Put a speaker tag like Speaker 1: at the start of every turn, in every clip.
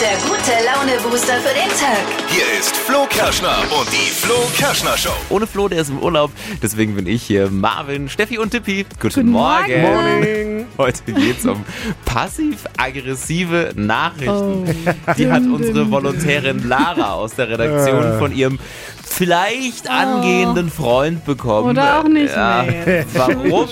Speaker 1: Der gute Laune-Booster für den Tag.
Speaker 2: Hier ist Flo Kerschner und die Flo Kerschner Show.
Speaker 3: Ohne Flo, der ist im Urlaub. Deswegen bin ich hier. Marvin, Steffi und Tippi. Guten, Morgen.
Speaker 4: Morgen.
Speaker 3: Heute geht's um passiv-aggressive Nachrichten.
Speaker 4: Oh.
Speaker 3: Die hat unsere Volontärin Lara aus der
Speaker 4: Äh.
Speaker 3: Redaktion von ihrem vielleicht angehenden Freund bekommen.
Speaker 4: Oh. Oder auch nicht
Speaker 3: Ja,
Speaker 4: mehr
Speaker 3: warum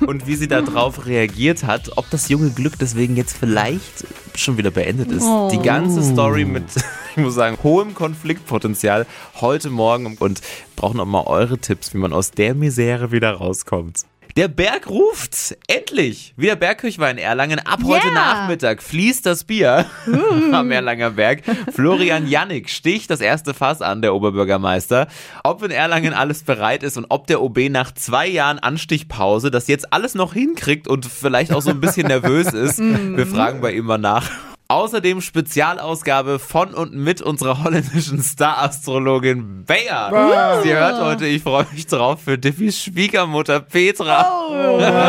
Speaker 3: und wie sie darauf reagiert hat, ob das junge Glück deswegen jetzt vielleicht schon wieder beendet ist.
Speaker 4: Oh.
Speaker 3: Die ganze Story mit, ich muss sagen, hohem Konfliktpotenzial heute Morgen und brauchen auch mal eure Tipps, wie man aus der Misere wieder rauskommt. Der Berg ruft! Endlich! Wieder Bergkirchwein Erlangen. Ab heute
Speaker 4: Yeah.
Speaker 3: Nachmittag fließt das Bier am Erlanger Berg. Florian Jannik sticht das erste Fass an, der Oberbürgermeister. Ob in Erlangen alles bereit ist und ob der OB nach zwei Jahren Anstichpause das jetzt alles noch hinkriegt und vielleicht auch so ein bisschen nervös ist, wir fragen bei ihm mal nach. Außerdem Spezialausgabe von und mit unserer holländischen Star-Astrologin Bea. Sie hört heute, ich freue mich drauf, für Diffys Schwiegermutter Petra.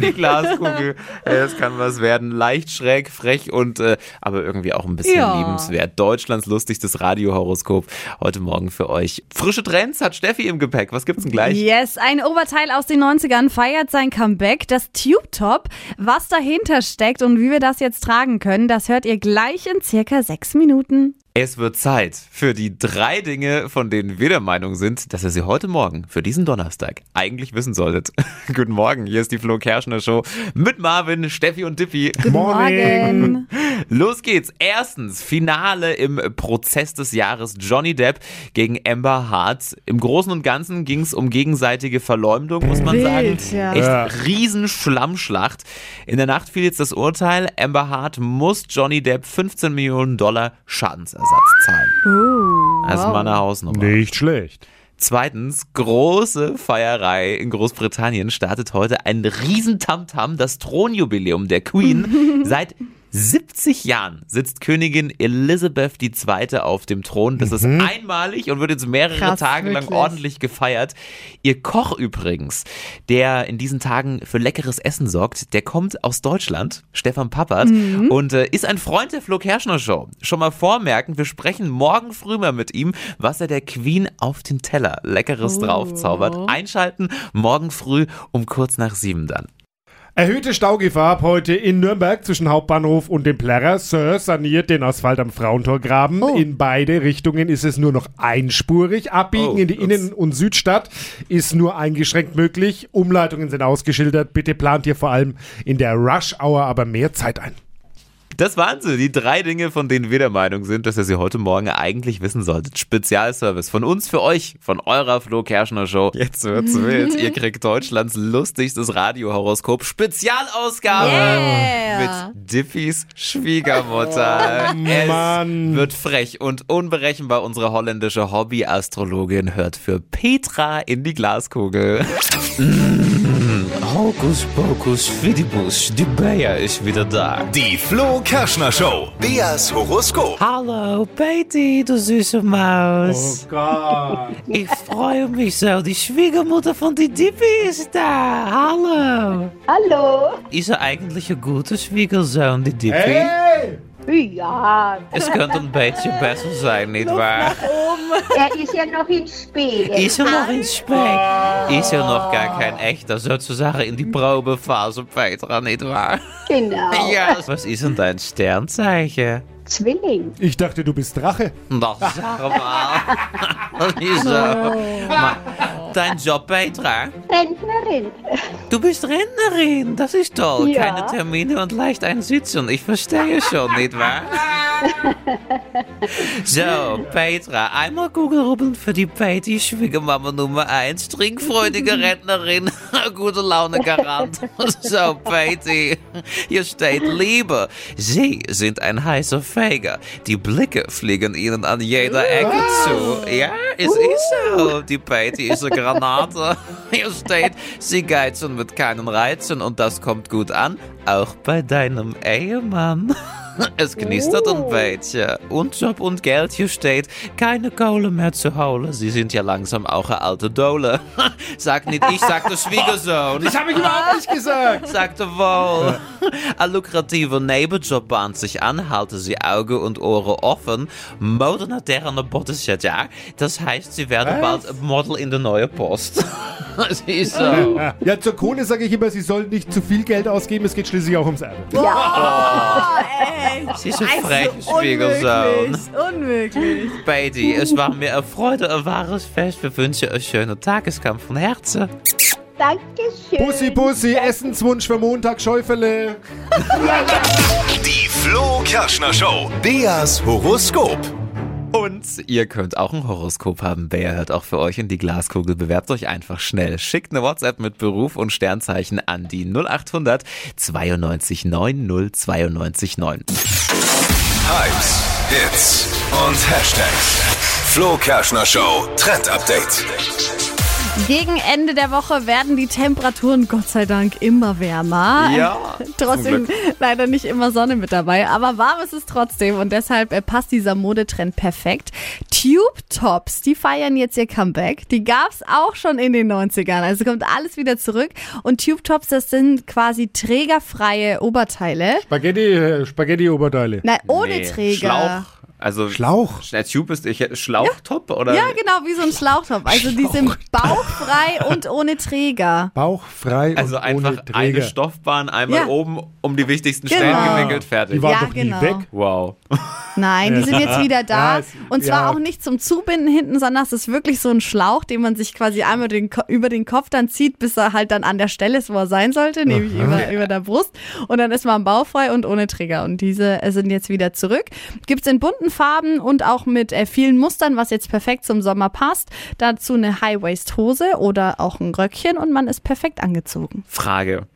Speaker 3: Die Glaskugel. Ey, Es kann was werden. Leicht schräg, frech und äh, aber irgendwie auch ein bisschen
Speaker 4: Ja.
Speaker 3: liebenswert. Deutschlands lustigstes Radiohoroskop heute Morgen für euch. Frische Trends hat Steffi im Gepäck. Was gibt's denn gleich?
Speaker 4: Yes, ein Oberteil aus den 90ern feiert sein Comeback. Das Tube Top, was dahinter steckt und wie wir das jetzt tragen können, das hört ihr gleich in circa sechs Minuten.
Speaker 3: Es wird Zeit für die drei Dinge, von denen wir der Meinung sind, dass ihr sie heute Morgen, für diesen Donnerstag, eigentlich wissen solltet. Guten Morgen, hier ist die Flo Kerschner Show mit Marvin, Steffi und Dippi.
Speaker 4: Morgen.
Speaker 3: Los geht's. Erstens, Finale im Prozess des Jahres Johnny Depp gegen Amber Hart. Im Großen und Ganzen ging's um gegenseitige Verleumdung, muss man
Speaker 4: Wild,
Speaker 3: sagen.
Speaker 4: ja.
Speaker 3: Echt Riesenschlammschlacht. In der Nacht fiel jetzt das Urteil, Amber Hart muss Johnny Depp 15 Millionen Dollar Schadensersatz zahlen. Also mal eine Hausnummer.
Speaker 5: Nicht schlecht.
Speaker 3: Zweitens, große Feierei in Großbritannien startet heute ein Riesentamtam, das Thronjubiläum der Queen. Seit 70 Jahren sitzt Königin Elizabeth II. auf dem Thron. Das ist
Speaker 5: Mhm.
Speaker 3: einmalig und wird jetzt mehrere
Speaker 4: Krass,
Speaker 3: Tage lang
Speaker 4: wirklich.
Speaker 3: ordentlich gefeiert. Ihr Koch übrigens, der in diesen Tagen für leckeres Essen sorgt, der kommt aus Deutschland, Stefan Pappert, und äh, ist ein Freund der Flo Kerschner Show. Schon mal vormerken, wir sprechen morgen früh mal mit ihm, was er der Queen auf den Teller leckeres draufzaubert. Einschalten morgen früh um kurz nach sieben dann.
Speaker 5: Erhöhte Staugefahr ab heute in Nürnberg zwischen Hauptbahnhof und dem Plärrer. Sir saniert den Asphalt am Frauentorgraben.
Speaker 4: Oh.
Speaker 5: In beide Richtungen ist es nur noch einspurig. Abbiegen
Speaker 3: Oh,
Speaker 5: in die
Speaker 3: ups.
Speaker 5: Innen- und Südstadt ist nur eingeschränkt möglich. Umleitungen sind ausgeschildert. Bitte plant hier vor allem in der Rush-Hour aber mehr Zeit ein.
Speaker 3: Das waren sie, die drei Dinge, von denen wir der Meinung sind, dass ihr sie heute Morgen eigentlich wissen solltet. Spezialservice von uns für euch, von eurer Flo Kerschner Show. Jetzt wird's wild. Ihr kriegt Deutschlands lustigstes Radiohoroskop. Spezialausgabe
Speaker 4: Yeah.
Speaker 3: mit Diffys Schwiegermutter. es
Speaker 5: Mann.
Speaker 3: wird frech und unberechenbar. Unsere holländische Hobbyastrologin hört für Petra in die Glaskugel.
Speaker 6: Mm.
Speaker 3: Hokus pokus fidibus, die Bayer ist wieder da.
Speaker 2: Die Flo Kerschner Show. Beas Horoskop.
Speaker 6: Hallo, Betty, du süße Maus.
Speaker 5: Gott.
Speaker 6: Ich freue mich so. Die Schwiegermutter von die Dippy ist da. Hallo.
Speaker 7: Hallo.
Speaker 6: Ist er eigentlich ein guter Schwiegersohn, die Dippy?
Speaker 5: Hey!
Speaker 7: Ja,
Speaker 6: Es könnte ein bisschen besser sein, nicht wahr?
Speaker 7: er ist ja noch in Spee.
Speaker 6: Ist er noch in Speck?
Speaker 3: Ah.
Speaker 6: Ist er noch gar kein echter, sozusagen in die Probephase, Petra, nicht wahr?
Speaker 7: Genau.
Speaker 6: Ja. Was ist denn dein Sternzeichen?
Speaker 7: Zwilling.
Speaker 5: Ich dachte, du bist Drache.
Speaker 6: Nog zeg maar. Wieso?
Speaker 3: Oh.
Speaker 6: Maar, dein Job, Petra?
Speaker 7: Rentnerin.
Speaker 6: Du bist Rentnerin, das ist toll.
Speaker 7: Ja.
Speaker 6: Keine Termine und leicht einsitzen. Ich verstehe schon, nicht wahr? So, Petra, einmal Kugelrubbeln für die Patty, Schwiegermama Nummer 1, trinkfreudige Rentnerin, gute Laune Garant. So, Patty, hier steht Liebe. Sie sind ein heißer Feger. Die Blicke fliegen ihnen an jeder Ecke zu. Ja, es ist so. Die Patty ist eine Granate. Hier steht, sie geizen mit keinen Reizen und das kommt gut an, auch bei deinem Ehemann. Es knistert ein beetje. Und Job und Geld, hier steht, keine Kohle mehr zu holen. Sie sind ja langsam auch eine alte Dole. Sag nicht ich, sag der Schwiegersohn.
Speaker 5: Das habe ich überhaupt nicht gesagt.
Speaker 6: sagte wohl. Ein lukrativer Nebenjob bahnt sich an, halten sie Augen und Ohren offen. Moderne deren Botteschat, ja. Das heißt, sie werden bald ein Model in der neuen Post. sie ist so.
Speaker 5: Ja, zur Kohle sage ich immer, sie sollen nicht zu viel Geld ausgeben, es geht schließlich auch ums Erbe.
Speaker 1: Oh,
Speaker 4: Ey,
Speaker 6: Sie ist ein
Speaker 4: also
Speaker 6: frecher Schwiegersohn.
Speaker 4: Unmöglich, unmöglich.
Speaker 6: Beide, es war mir eine Freude, ein wahres Fest. Wir wünschen euch schönen Tag. Es kam von Herzen.
Speaker 7: Dankeschön.
Speaker 5: Bussi, Bussi, Essenswunsch für Montag, Schäufele.
Speaker 2: Die Flo Kerschner Show. Beas Horoskop.
Speaker 6: Und ihr könnt auch ein Horoskop haben. Wer hört auch für euch in die Glaskugel? Bewerbt euch einfach schnell. Schickt eine WhatsApp mit Beruf und Sternzeichen an die 0800 92 90 92 9.
Speaker 2: Hypes, Hits und Hashtags. Flo Kerschner Show Trend Update.
Speaker 4: Gegen Ende der Woche werden die Temperaturen Gott sei Dank immer wärmer.
Speaker 6: Ja,
Speaker 4: Trotzdem
Speaker 6: zum
Speaker 4: leider nicht immer Sonne mit dabei, aber warm ist es trotzdem und deshalb äh, passt dieser Modetrend perfekt. Tube Tops, die feiern jetzt ihr Comeback. Die gab's auch schon in den 90ern, also kommt alles wieder zurück. Und Tube Tops, das sind quasi trägerfreie Oberteile.
Speaker 5: Spaghetti, äh, Spaghetti-Oberteile.
Speaker 4: Nein, ohne
Speaker 3: Nee,
Speaker 4: Träger.
Speaker 3: Schlauch. Also,
Speaker 5: Schlauch?
Speaker 3: Schnell Tube ist ich, Schlauchtop oder?
Speaker 4: Ja, genau, wie so ein Schlauchtop. Also die sind bauchfrei und ohne Träger.
Speaker 5: Bauchfrei
Speaker 3: Also
Speaker 5: und
Speaker 3: einfach
Speaker 5: ohne Träger.
Speaker 3: eine Stoffbahn einmal
Speaker 4: Ja.
Speaker 3: oben um die wichtigsten
Speaker 4: Genau.
Speaker 3: Stellen gewickelt, fertig.
Speaker 5: Die waren
Speaker 4: Ja,
Speaker 5: doch nie
Speaker 4: genau.
Speaker 5: weg.
Speaker 3: Wow.
Speaker 4: Nein, die sind jetzt wieder
Speaker 5: Ja,
Speaker 4: da.
Speaker 5: es-
Speaker 4: Und zwar
Speaker 5: ja.
Speaker 4: auch nicht zum Zubinden hinten, sondern es ist wirklich so ein Schlauch, den man sich quasi einmal den, Ko- über den Kopf dann zieht, bis er halt dann an der Stelle ist, wo er sein sollte, nämlich über, über der Brust. Und dann ist man baufrei und ohne Trigger. Und diese äh, sind jetzt wieder zurück. Gibt's in bunten Farben und auch mit äh, vielen Mustern, was jetzt perfekt zum Sommer passt. Dazu eine High-Waist-Hose oder auch ein Röckchen und man ist perfekt angezogen. Mhm.
Speaker 3: Frage.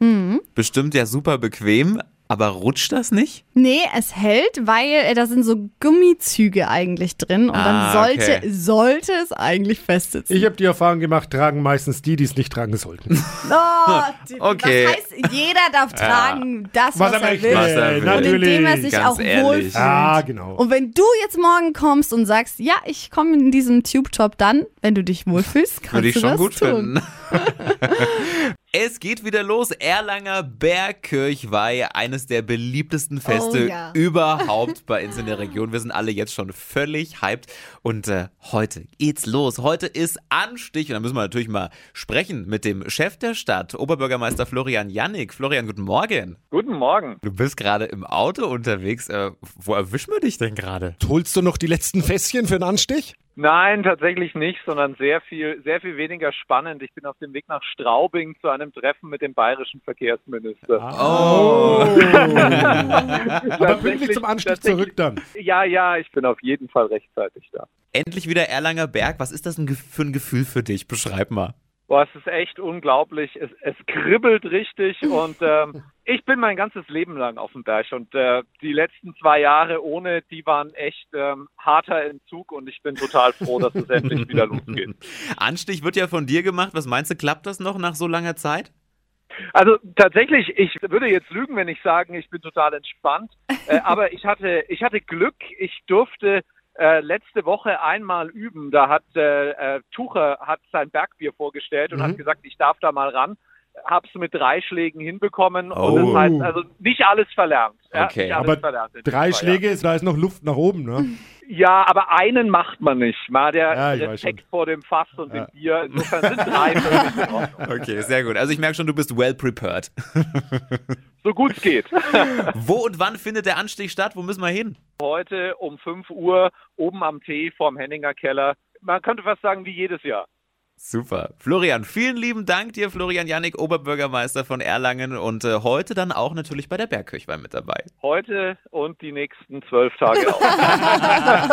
Speaker 3: Bestimmt ja super bequem, aber rutscht das nicht?
Speaker 4: Nee, es hält, weil äh, da sind so Gummizüge eigentlich drin und dann
Speaker 3: Ah,
Speaker 4: sollte,
Speaker 3: okay.
Speaker 4: sollte es eigentlich festsitzen.
Speaker 5: Ich habe die Erfahrung gemacht, tragen meistens die, die es nicht tragen sollten.
Speaker 4: Oh, die-
Speaker 3: Okay.
Speaker 4: Das heißt, jeder darf tragen das, was,
Speaker 5: Was er
Speaker 4: er
Speaker 5: möchte.
Speaker 4: will.
Speaker 3: Was er will.
Speaker 4: Und indem er sich
Speaker 5: Natürlich.
Speaker 3: Ganz
Speaker 4: auch
Speaker 3: ehrlich.
Speaker 4: wohlfühlt.
Speaker 5: Ja, genau.
Speaker 4: Und wenn du jetzt morgen kommst und sagst, ja, ich komme in diesem Tube-Top dann, wenn du dich wohlfühlst, kannst
Speaker 3: Würde ich
Speaker 4: du
Speaker 3: schon
Speaker 4: das
Speaker 3: gut
Speaker 4: tun.
Speaker 3: finden. Es geht wieder los. Erlanger Bergkirchweih, eines der beliebtesten Feste
Speaker 4: Oh ja.
Speaker 3: überhaupt bei uns in der Region. Wir sind alle jetzt schon völlig hyped. Und äh, heute geht's los. Heute ist Anstich. Und da müssen wir natürlich mal sprechen mit dem Chef der Stadt, Oberbürgermeister Florian Jannik. Florian, guten Morgen.
Speaker 8: Guten Morgen.
Speaker 3: Du bist gerade im Auto unterwegs. Äh, wo erwischen wir dich denn gerade?
Speaker 5: Holst du noch die letzten Fässchen für den Anstich?
Speaker 8: Nein, tatsächlich nicht, sondern sehr viel, sehr viel weniger spannend. Ich bin auf dem Weg nach Straubing zu einem Treffen mit dem bayerischen Verkehrsminister.
Speaker 5: Aber Oh. pünktlich zum Anstich
Speaker 8: tatsächlich-
Speaker 5: zurück dann.
Speaker 8: Ja, ja, ich bin auf jeden Fall rechtzeitig da.
Speaker 3: Endlich wieder Erlanger Berg. Was ist das denn ge- für ein Gefühl für dich? Beschreib mal.
Speaker 8: Boah, es ist echt unglaublich. Es, es kribbelt richtig und ähm, ich bin mein ganzes Leben lang auf dem Berg und äh, die letzten zwei Jahre ohne, die waren echt ähm, harter Entzug und ich bin total froh, dass es endlich wieder losgeht.
Speaker 3: Anstich wird ja von dir gemacht. Was meinst du, klappt das noch nach so langer Zeit?
Speaker 8: Also tatsächlich, ich würde jetzt lügen, wenn ich sagen, ich bin total entspannt. Äh, aber ich hatte, ich hatte Glück. Ich durfte äh, letzte Woche einmal üben. Da hat äh, äh, Tucher hat sein Bergbier vorgestellt und
Speaker 5: Mhm.
Speaker 8: hat gesagt, ich darf da mal ran. Hab's mit drei Schlägen hinbekommen und
Speaker 3: Oh.
Speaker 8: das heißt also nicht alles verlernt. Ja,
Speaker 3: Okay.
Speaker 8: nicht alles
Speaker 5: Aber
Speaker 8: verlernt in
Speaker 5: drei
Speaker 8: diesem Fall, ja.
Speaker 5: Schläge, ist, da ist noch Luft nach oben, ne?
Speaker 8: Ja, aber einen macht man nicht. Mal der
Speaker 5: Ja, ich weiß
Speaker 8: Respekt
Speaker 5: schon.
Speaker 8: vor dem Fass und dem Bier. Insofern sind drei völlig in Ordnung.
Speaker 3: Okay, sehr gut. Also ich merke schon, du bist well prepared.
Speaker 8: So gut es geht.
Speaker 3: Wo und wann findet der Anstich statt? Wo müssen wir hin?
Speaker 8: heute um 5 Uhr oben am Tee vorm Henninger Keller. Man könnte fast sagen, wie jedes Jahr.
Speaker 3: Super. Florian, vielen lieben Dank dir, Florian Janik, Oberbürgermeister von Erlangen und äh, heute dann auch natürlich bei der Bergkirchweih mit dabei.
Speaker 8: Heute und die nächsten zwölf Tage auch.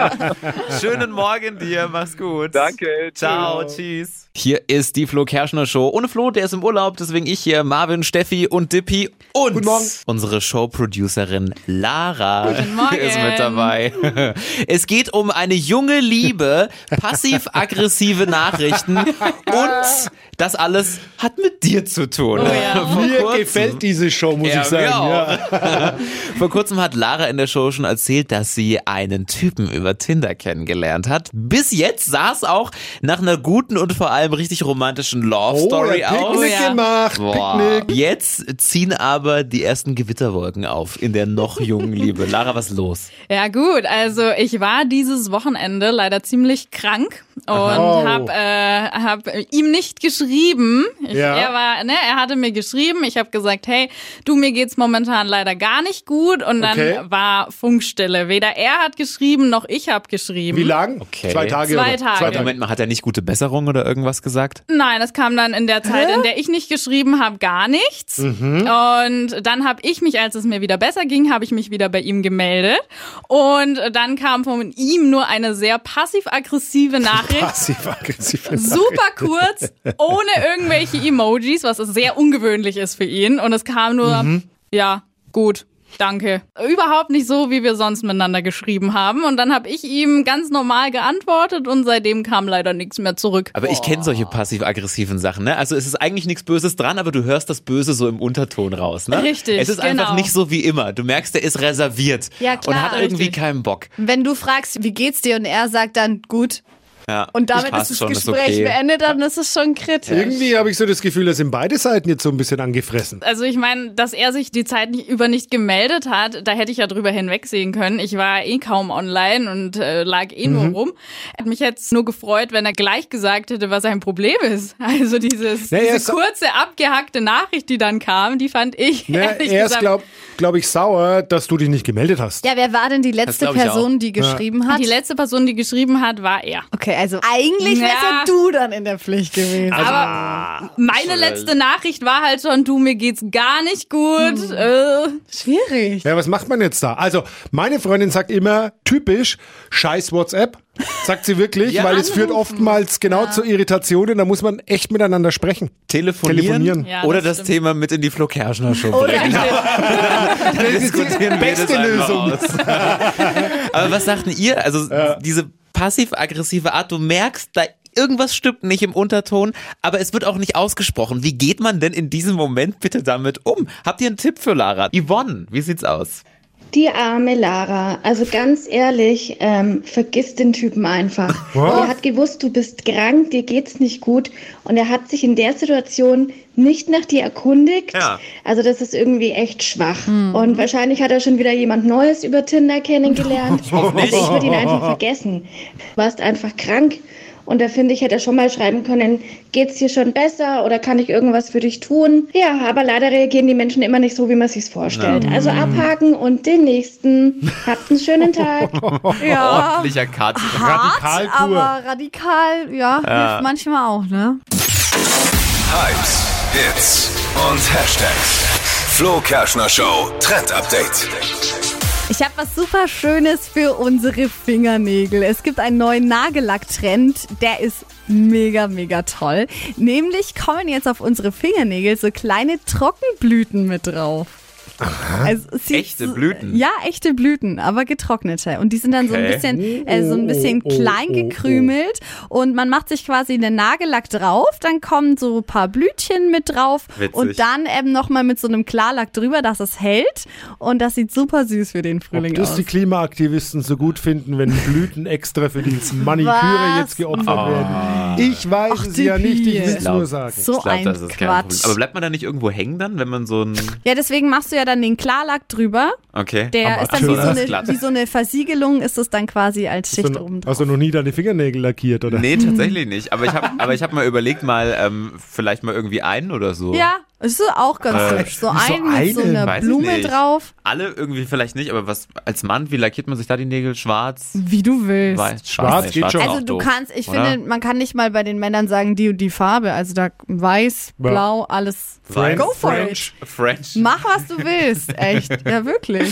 Speaker 3: Schönen Morgen dir, mach's gut.
Speaker 8: Danke.
Speaker 3: Ciao, tschüss. Hier ist die Flo Kerschner Show. Ohne Flo, der ist im Urlaub, deswegen ich hier, Marvin, Steffi und Dippi und
Speaker 5: Guten Morgen.
Speaker 3: unsere Showproducerin Lara
Speaker 4: Morgen.
Speaker 3: ist mit dabei. Es geht um eine junge Liebe, passiv-aggressive Nachrichten Und das alles hat mit dir zu tun. Vor
Speaker 9: Mir
Speaker 3: kurzem-
Speaker 9: gefällt diese Show, muss
Speaker 3: Ja,
Speaker 9: ich sagen.
Speaker 3: mir auch.
Speaker 9: Ja.
Speaker 3: Vor kurzem hat Lara in der Show schon erzählt, dass sie einen Typen über Tinder kennengelernt hat. Bis jetzt sah es auch nach einer guten und vor allem richtig romantischen Love
Speaker 9: Oh, er hat
Speaker 3: Story aus.
Speaker 9: Picknick gemacht.
Speaker 3: Boah.
Speaker 9: Picknick.
Speaker 3: Jetzt ziehen aber die ersten Gewitterwolken auf in der noch jungen Liebe. Lara, was ist los?
Speaker 10: Ja gut, also ich war dieses Wochenende leider ziemlich krank und
Speaker 9: Oh.
Speaker 10: hab, äh, hab ihm nicht geschrieben. Ich,
Speaker 9: Ja.
Speaker 10: Er war, ne, er hatte mir geschrieben. Ich habe gesagt, hey, du mir geht's momentan leider gar nicht gut und dann
Speaker 9: Okay.
Speaker 10: war Funkstille. Weder er hat geschrieben noch ich habe geschrieben.
Speaker 9: Wie lang?
Speaker 3: Okay.
Speaker 9: Zwei Tage.
Speaker 10: Zwei
Speaker 9: oder?
Speaker 10: Tage.
Speaker 9: Zwei Tage.
Speaker 3: Moment mal, hat er nicht gute Besserung oder irgendwas gesagt?
Speaker 10: Nein, das kam dann in der Zeit, in der ich nicht geschrieben habe, gar nichts. Und dann habe ich mich, als es mir wieder besser ging, habe ich mich wieder bei ihm gemeldet. Und dann kam von ihm nur eine sehr passiv-aggressive Nachricht.
Speaker 9: Passiv-aggressiv.
Speaker 10: Super kurz, ohne irgendwelche Emojis, was sehr ungewöhnlich ist für ihn. Und es kam nur, ja, gut. Danke. Überhaupt nicht so, wie wir sonst miteinander geschrieben haben. Und dann habe ich ihm ganz normal geantwortet und seitdem kam leider nichts mehr zurück.
Speaker 3: Aber ich kenne solche passiv-aggressiven Sachen, ne? Also es ist eigentlich nichts Böses dran, aber du hörst das Böse so im Unterton raus, ne?
Speaker 10: Richtig,
Speaker 3: Es ist einfach
Speaker 10: genau.
Speaker 3: nicht so wie immer. Du merkst, der ist reserviert
Speaker 4: Ja, klar,
Speaker 3: und hat irgendwie
Speaker 10: richtig.
Speaker 3: keinen Bock.
Speaker 4: Wenn du fragst, wie geht's dir und er sagt dann gut
Speaker 3: Ja,
Speaker 4: und damit
Speaker 3: passt
Speaker 4: ist das
Speaker 3: schon,
Speaker 4: Gespräch
Speaker 3: okay.
Speaker 4: beendet, dann ist es schon kritisch.
Speaker 9: Irgendwie habe ich so das Gefühl, da sind beide Seiten jetzt so ein bisschen angefressen.
Speaker 10: Also ich meine, dass er sich die Zeit nicht, über nicht gemeldet hat, da hätte ich ja drüber hinwegsehen können. Ich war eh kaum online und äh, lag eh
Speaker 9: Mhm.
Speaker 10: nur rum. Hat mich jetzt nur gefreut, wenn er gleich gesagt hätte, was sein Problem ist. Also dieses,
Speaker 9: Ja, er
Speaker 10: diese
Speaker 9: ist-
Speaker 10: kurze, abgehackte Nachricht, die dann kam, die fand ich
Speaker 9: Ne,
Speaker 10: ehrlich
Speaker 9: er ist,
Speaker 10: gesagt...
Speaker 9: glaube glaub ich, sauer, dass du dich nicht gemeldet hast.
Speaker 4: Ja, wer war denn die letzte
Speaker 3: glaub ich
Speaker 4: Person, die geschrieben hat?
Speaker 10: die letzte Person, die geschrieben hat, war er.
Speaker 4: okay, also eigentlich
Speaker 10: Ja.
Speaker 4: wärst ja du dann in der Pflicht gewesen.
Speaker 9: Also
Speaker 3: Ah,
Speaker 10: Aber
Speaker 3: Also,
Speaker 10: meine letzte Nachricht war halt schon, du, mir geht's gar nicht gut.
Speaker 4: Hm.
Speaker 10: Äh,
Speaker 4: Schwierig.
Speaker 9: Ja, was macht man jetzt da? Also, meine Freundin sagt immer typisch, scheiß WhatsApp. Sagt sie wirklich,
Speaker 3: Ja,
Speaker 9: weil es führt oftmals genau zu Irritationen. Da muss man echt miteinander sprechen.
Speaker 3: Telefonieren,
Speaker 9: Telefonieren.
Speaker 10: Ja,
Speaker 3: oder das,
Speaker 10: das stimmt.
Speaker 3: Thema mit in die Flo Kerschner Show bringen. Dann diskutieren Genau. wir das
Speaker 9: beste
Speaker 3: einfach
Speaker 9: Lösung.
Speaker 3: aus. Aber was sagten ihr? Also diese passiv-aggressive Art, du merkst, da irgendwas stimmt nicht im Unterton, aber es wird auch nicht ausgesprochen. Wie geht man denn in diesem Moment bitte damit um? Habt ihr einen Tipp für Lara? Yvonne, wie sieht's aus?
Speaker 7: Die arme Lara, also ganz ehrlich, ähm, vergiss den Typen einfach. Er hat gewusst, du bist krank, dir geht's nicht gut und er hat sich in der Situation nicht nach dir erkundigt.
Speaker 3: Ja.
Speaker 7: Also das ist irgendwie echt schwach. Und wahrscheinlich hat er schon wieder jemand Neues über Tinder kennengelernt.
Speaker 3: Hoffentlich.
Speaker 7: Also ich würde ihn einfach vergessen. Du warst einfach krank und da finde ich, hätte er schon mal schreiben können, geht's dir schon besser oder kann ich irgendwas für dich tun? Ja, aber leider reagieren die Menschen immer nicht so, wie man sich's vorstellt. Also abhaken und den nächsten. Habt einen schönen Tag.
Speaker 4: Ja.
Speaker 3: Ordentlicher Cut.
Speaker 4: Hart,
Speaker 9: Radikalkur.
Speaker 4: aber radikal, ja, hilft manchmal auch, ne?
Speaker 2: Hypes, Hits und Hashtags. Flo Kerschner Show Trend Update.
Speaker 4: Ich habe was super Schönes für unsere Fingernägel. Es gibt einen neuen Nagellack-Trend, der ist mega, mega toll. Nämlich kommen jetzt auf unsere Fingernägel so kleine Trockenblüten mit drauf. Also, es sieht
Speaker 3: Echte
Speaker 4: so-
Speaker 9: Hm.
Speaker 3: Blüten?
Speaker 4: Ja, echte Blüten, aber getrocknete. Und die sind dann so ein
Speaker 3: Okay.
Speaker 4: bisschen, äh, so ein bisschen
Speaker 9: Oh, oh,
Speaker 4: klein
Speaker 9: oh,
Speaker 4: gekrümelt. Und man macht sich quasi den Nagellack drauf, dann kommen so ein paar Blütchen mit drauf.
Speaker 3: Witzig.
Speaker 4: Und dann eben nochmal mit so einem Klarlack drüber, dass es hält. Und das sieht super süß für den
Speaker 9: Ob
Speaker 4: Frühling
Speaker 9: das
Speaker 4: aus.
Speaker 9: die Klimaaktivisten so gut finden, wenn Blüten extra für die Maniküre
Speaker 4: Was?
Speaker 9: jetzt geopfert
Speaker 3: Ah.
Speaker 9: werden. Ich weiß es ja
Speaker 4: Tippi.
Speaker 9: nicht, ich will es
Speaker 3: glaub-
Speaker 9: nur sagen.
Speaker 4: So ein Quatsch.
Speaker 3: Aber bleibt man da nicht irgendwo hängen dann, wenn man so ein...
Speaker 4: Ja, deswegen machst du ja dann den Klarlack drüber.
Speaker 3: Okay.
Speaker 4: Der ist dann wie so,
Speaker 3: das ist
Speaker 4: eine,
Speaker 3: glatt.
Speaker 4: wie so eine Versiegelung, ist es dann quasi als Schicht
Speaker 9: So,
Speaker 4: oben drauf.
Speaker 9: hast du noch nie deine Fingernägel lackiert, oder?
Speaker 4: Mhm.
Speaker 3: Nee, tatsächlich nicht. Aber ich habe aber ich hab mal überlegt, mal ähm, vielleicht mal irgendwie einen oder so.
Speaker 4: Ja, es ist auch ganz
Speaker 3: Äh,
Speaker 4: hübsch. So
Speaker 9: so
Speaker 4: ein mit so
Speaker 9: einen,
Speaker 4: einer
Speaker 3: weiß ich
Speaker 4: Blume
Speaker 3: nicht.
Speaker 4: drauf.
Speaker 3: Alle irgendwie vielleicht nicht, aber was als Mann, wie lackiert man sich da die Nägel? Schwarz,
Speaker 4: Wie du willst.
Speaker 3: weiß,
Speaker 9: Schwarz
Speaker 3: nee,
Speaker 9: geht schon.
Speaker 3: ist
Speaker 4: Also
Speaker 3: auch
Speaker 4: du
Speaker 3: doof,
Speaker 4: kannst, ich
Speaker 3: oder?
Speaker 4: finde, man kann nicht mal bei den Männern sagen, die und die Farbe. Also da weiß,
Speaker 9: Ja.
Speaker 4: blau, alles.
Speaker 3: Weiß,
Speaker 4: Go for it.
Speaker 9: French.
Speaker 3: French.
Speaker 4: Mach, was du willst. Echt. Ja, wirklich.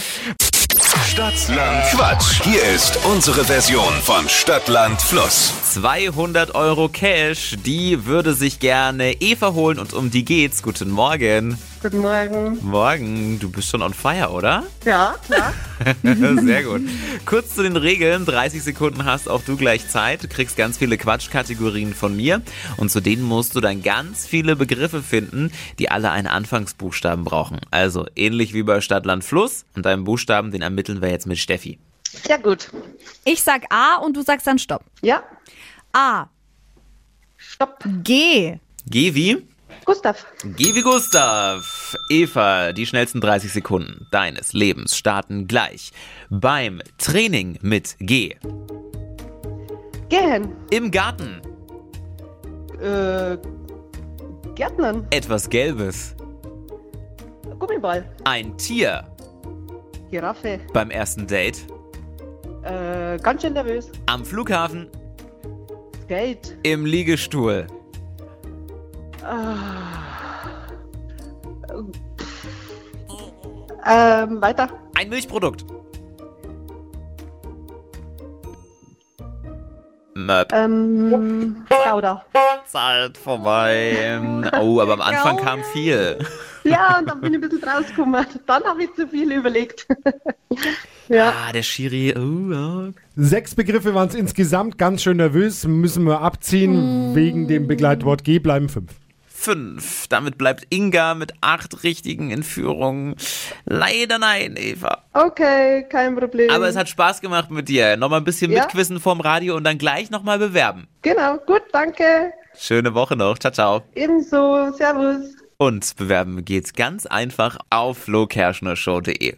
Speaker 2: Stadtland Quatsch. Hier ist unsere Version von Stadtland Fluss.
Speaker 3: 200 Euro Cash, die würde sich gerne Eva holen und um die geht's. Guten Morgen.
Speaker 11: Guten Morgen.
Speaker 3: Morgen, du bist schon on fire, oder?
Speaker 11: Ja, klar.
Speaker 3: Sehr gut. Kurz zu den Regeln. 30 Sekunden hast auch du gleich Zeit. Du kriegst ganz viele Quatschkategorien von mir. Und zu denen musst du dann ganz viele Begriffe finden, die alle einen Anfangsbuchstaben brauchen. Also ähnlich wie bei Stadt, Land, Fluss. Und deinen Buchstaben, den ermitteln wir jetzt mit Steffi.
Speaker 11: Sehr gut.
Speaker 4: Ich sag A und du sagst dann Stopp.
Speaker 11: Ja,
Speaker 4: A.
Speaker 11: stopp.
Speaker 4: G.
Speaker 3: Geh wie?
Speaker 11: Gustav,
Speaker 3: Geh wie Gustav. Eva, die schnellsten 30 Sekunden deines Lebens starten gleich. Beim Training mit G.
Speaker 11: gehen.
Speaker 3: Im Garten.
Speaker 11: Äh, Gärtnern.
Speaker 3: Etwas Gelbes.
Speaker 11: Gummiball.
Speaker 3: Ein Tier.
Speaker 11: Giraffe.
Speaker 3: Beim ersten Date.
Speaker 11: Äh, ganz schön nervös.
Speaker 3: Am Flughafen.
Speaker 11: Skate.
Speaker 3: Im Liegestuhl.
Speaker 11: Ah. Ähm, weiter.
Speaker 3: Ein Milchprodukt. Möp.
Speaker 11: Ähm, Gouda.
Speaker 3: Zahlt vorbei. Oh, aber am Anfang kam viel.
Speaker 11: Ja, und dann bin ich ein bisschen rausgekommen. Dann habe ich zu viel überlegt. ja.
Speaker 3: Ah, der Schiri. Oh, oh.
Speaker 5: Sechs Begriffe waren es insgesamt. Ganz schön nervös. Müssen wir
Speaker 4: Mm.
Speaker 5: abziehen. Wegen dem Begleitwort G bleiben fünf.
Speaker 3: Fünf. Damit bleibt Inga mit acht richtigen in Führung. Leider nein, Eva.
Speaker 11: Okay, kein Problem.
Speaker 3: Aber es hat Spaß gemacht mit dir. Nochmal ein bisschen
Speaker 11: Ja.
Speaker 3: mitquissen vorm Radio und dann gleich nochmal bewerben.
Speaker 11: Genau, gut, danke.
Speaker 3: Schöne Woche noch. Ciao, ciao.
Speaker 11: Ebenso, servus.
Speaker 3: Und bewerben geht's ganz einfach auf flokerschnershow.de.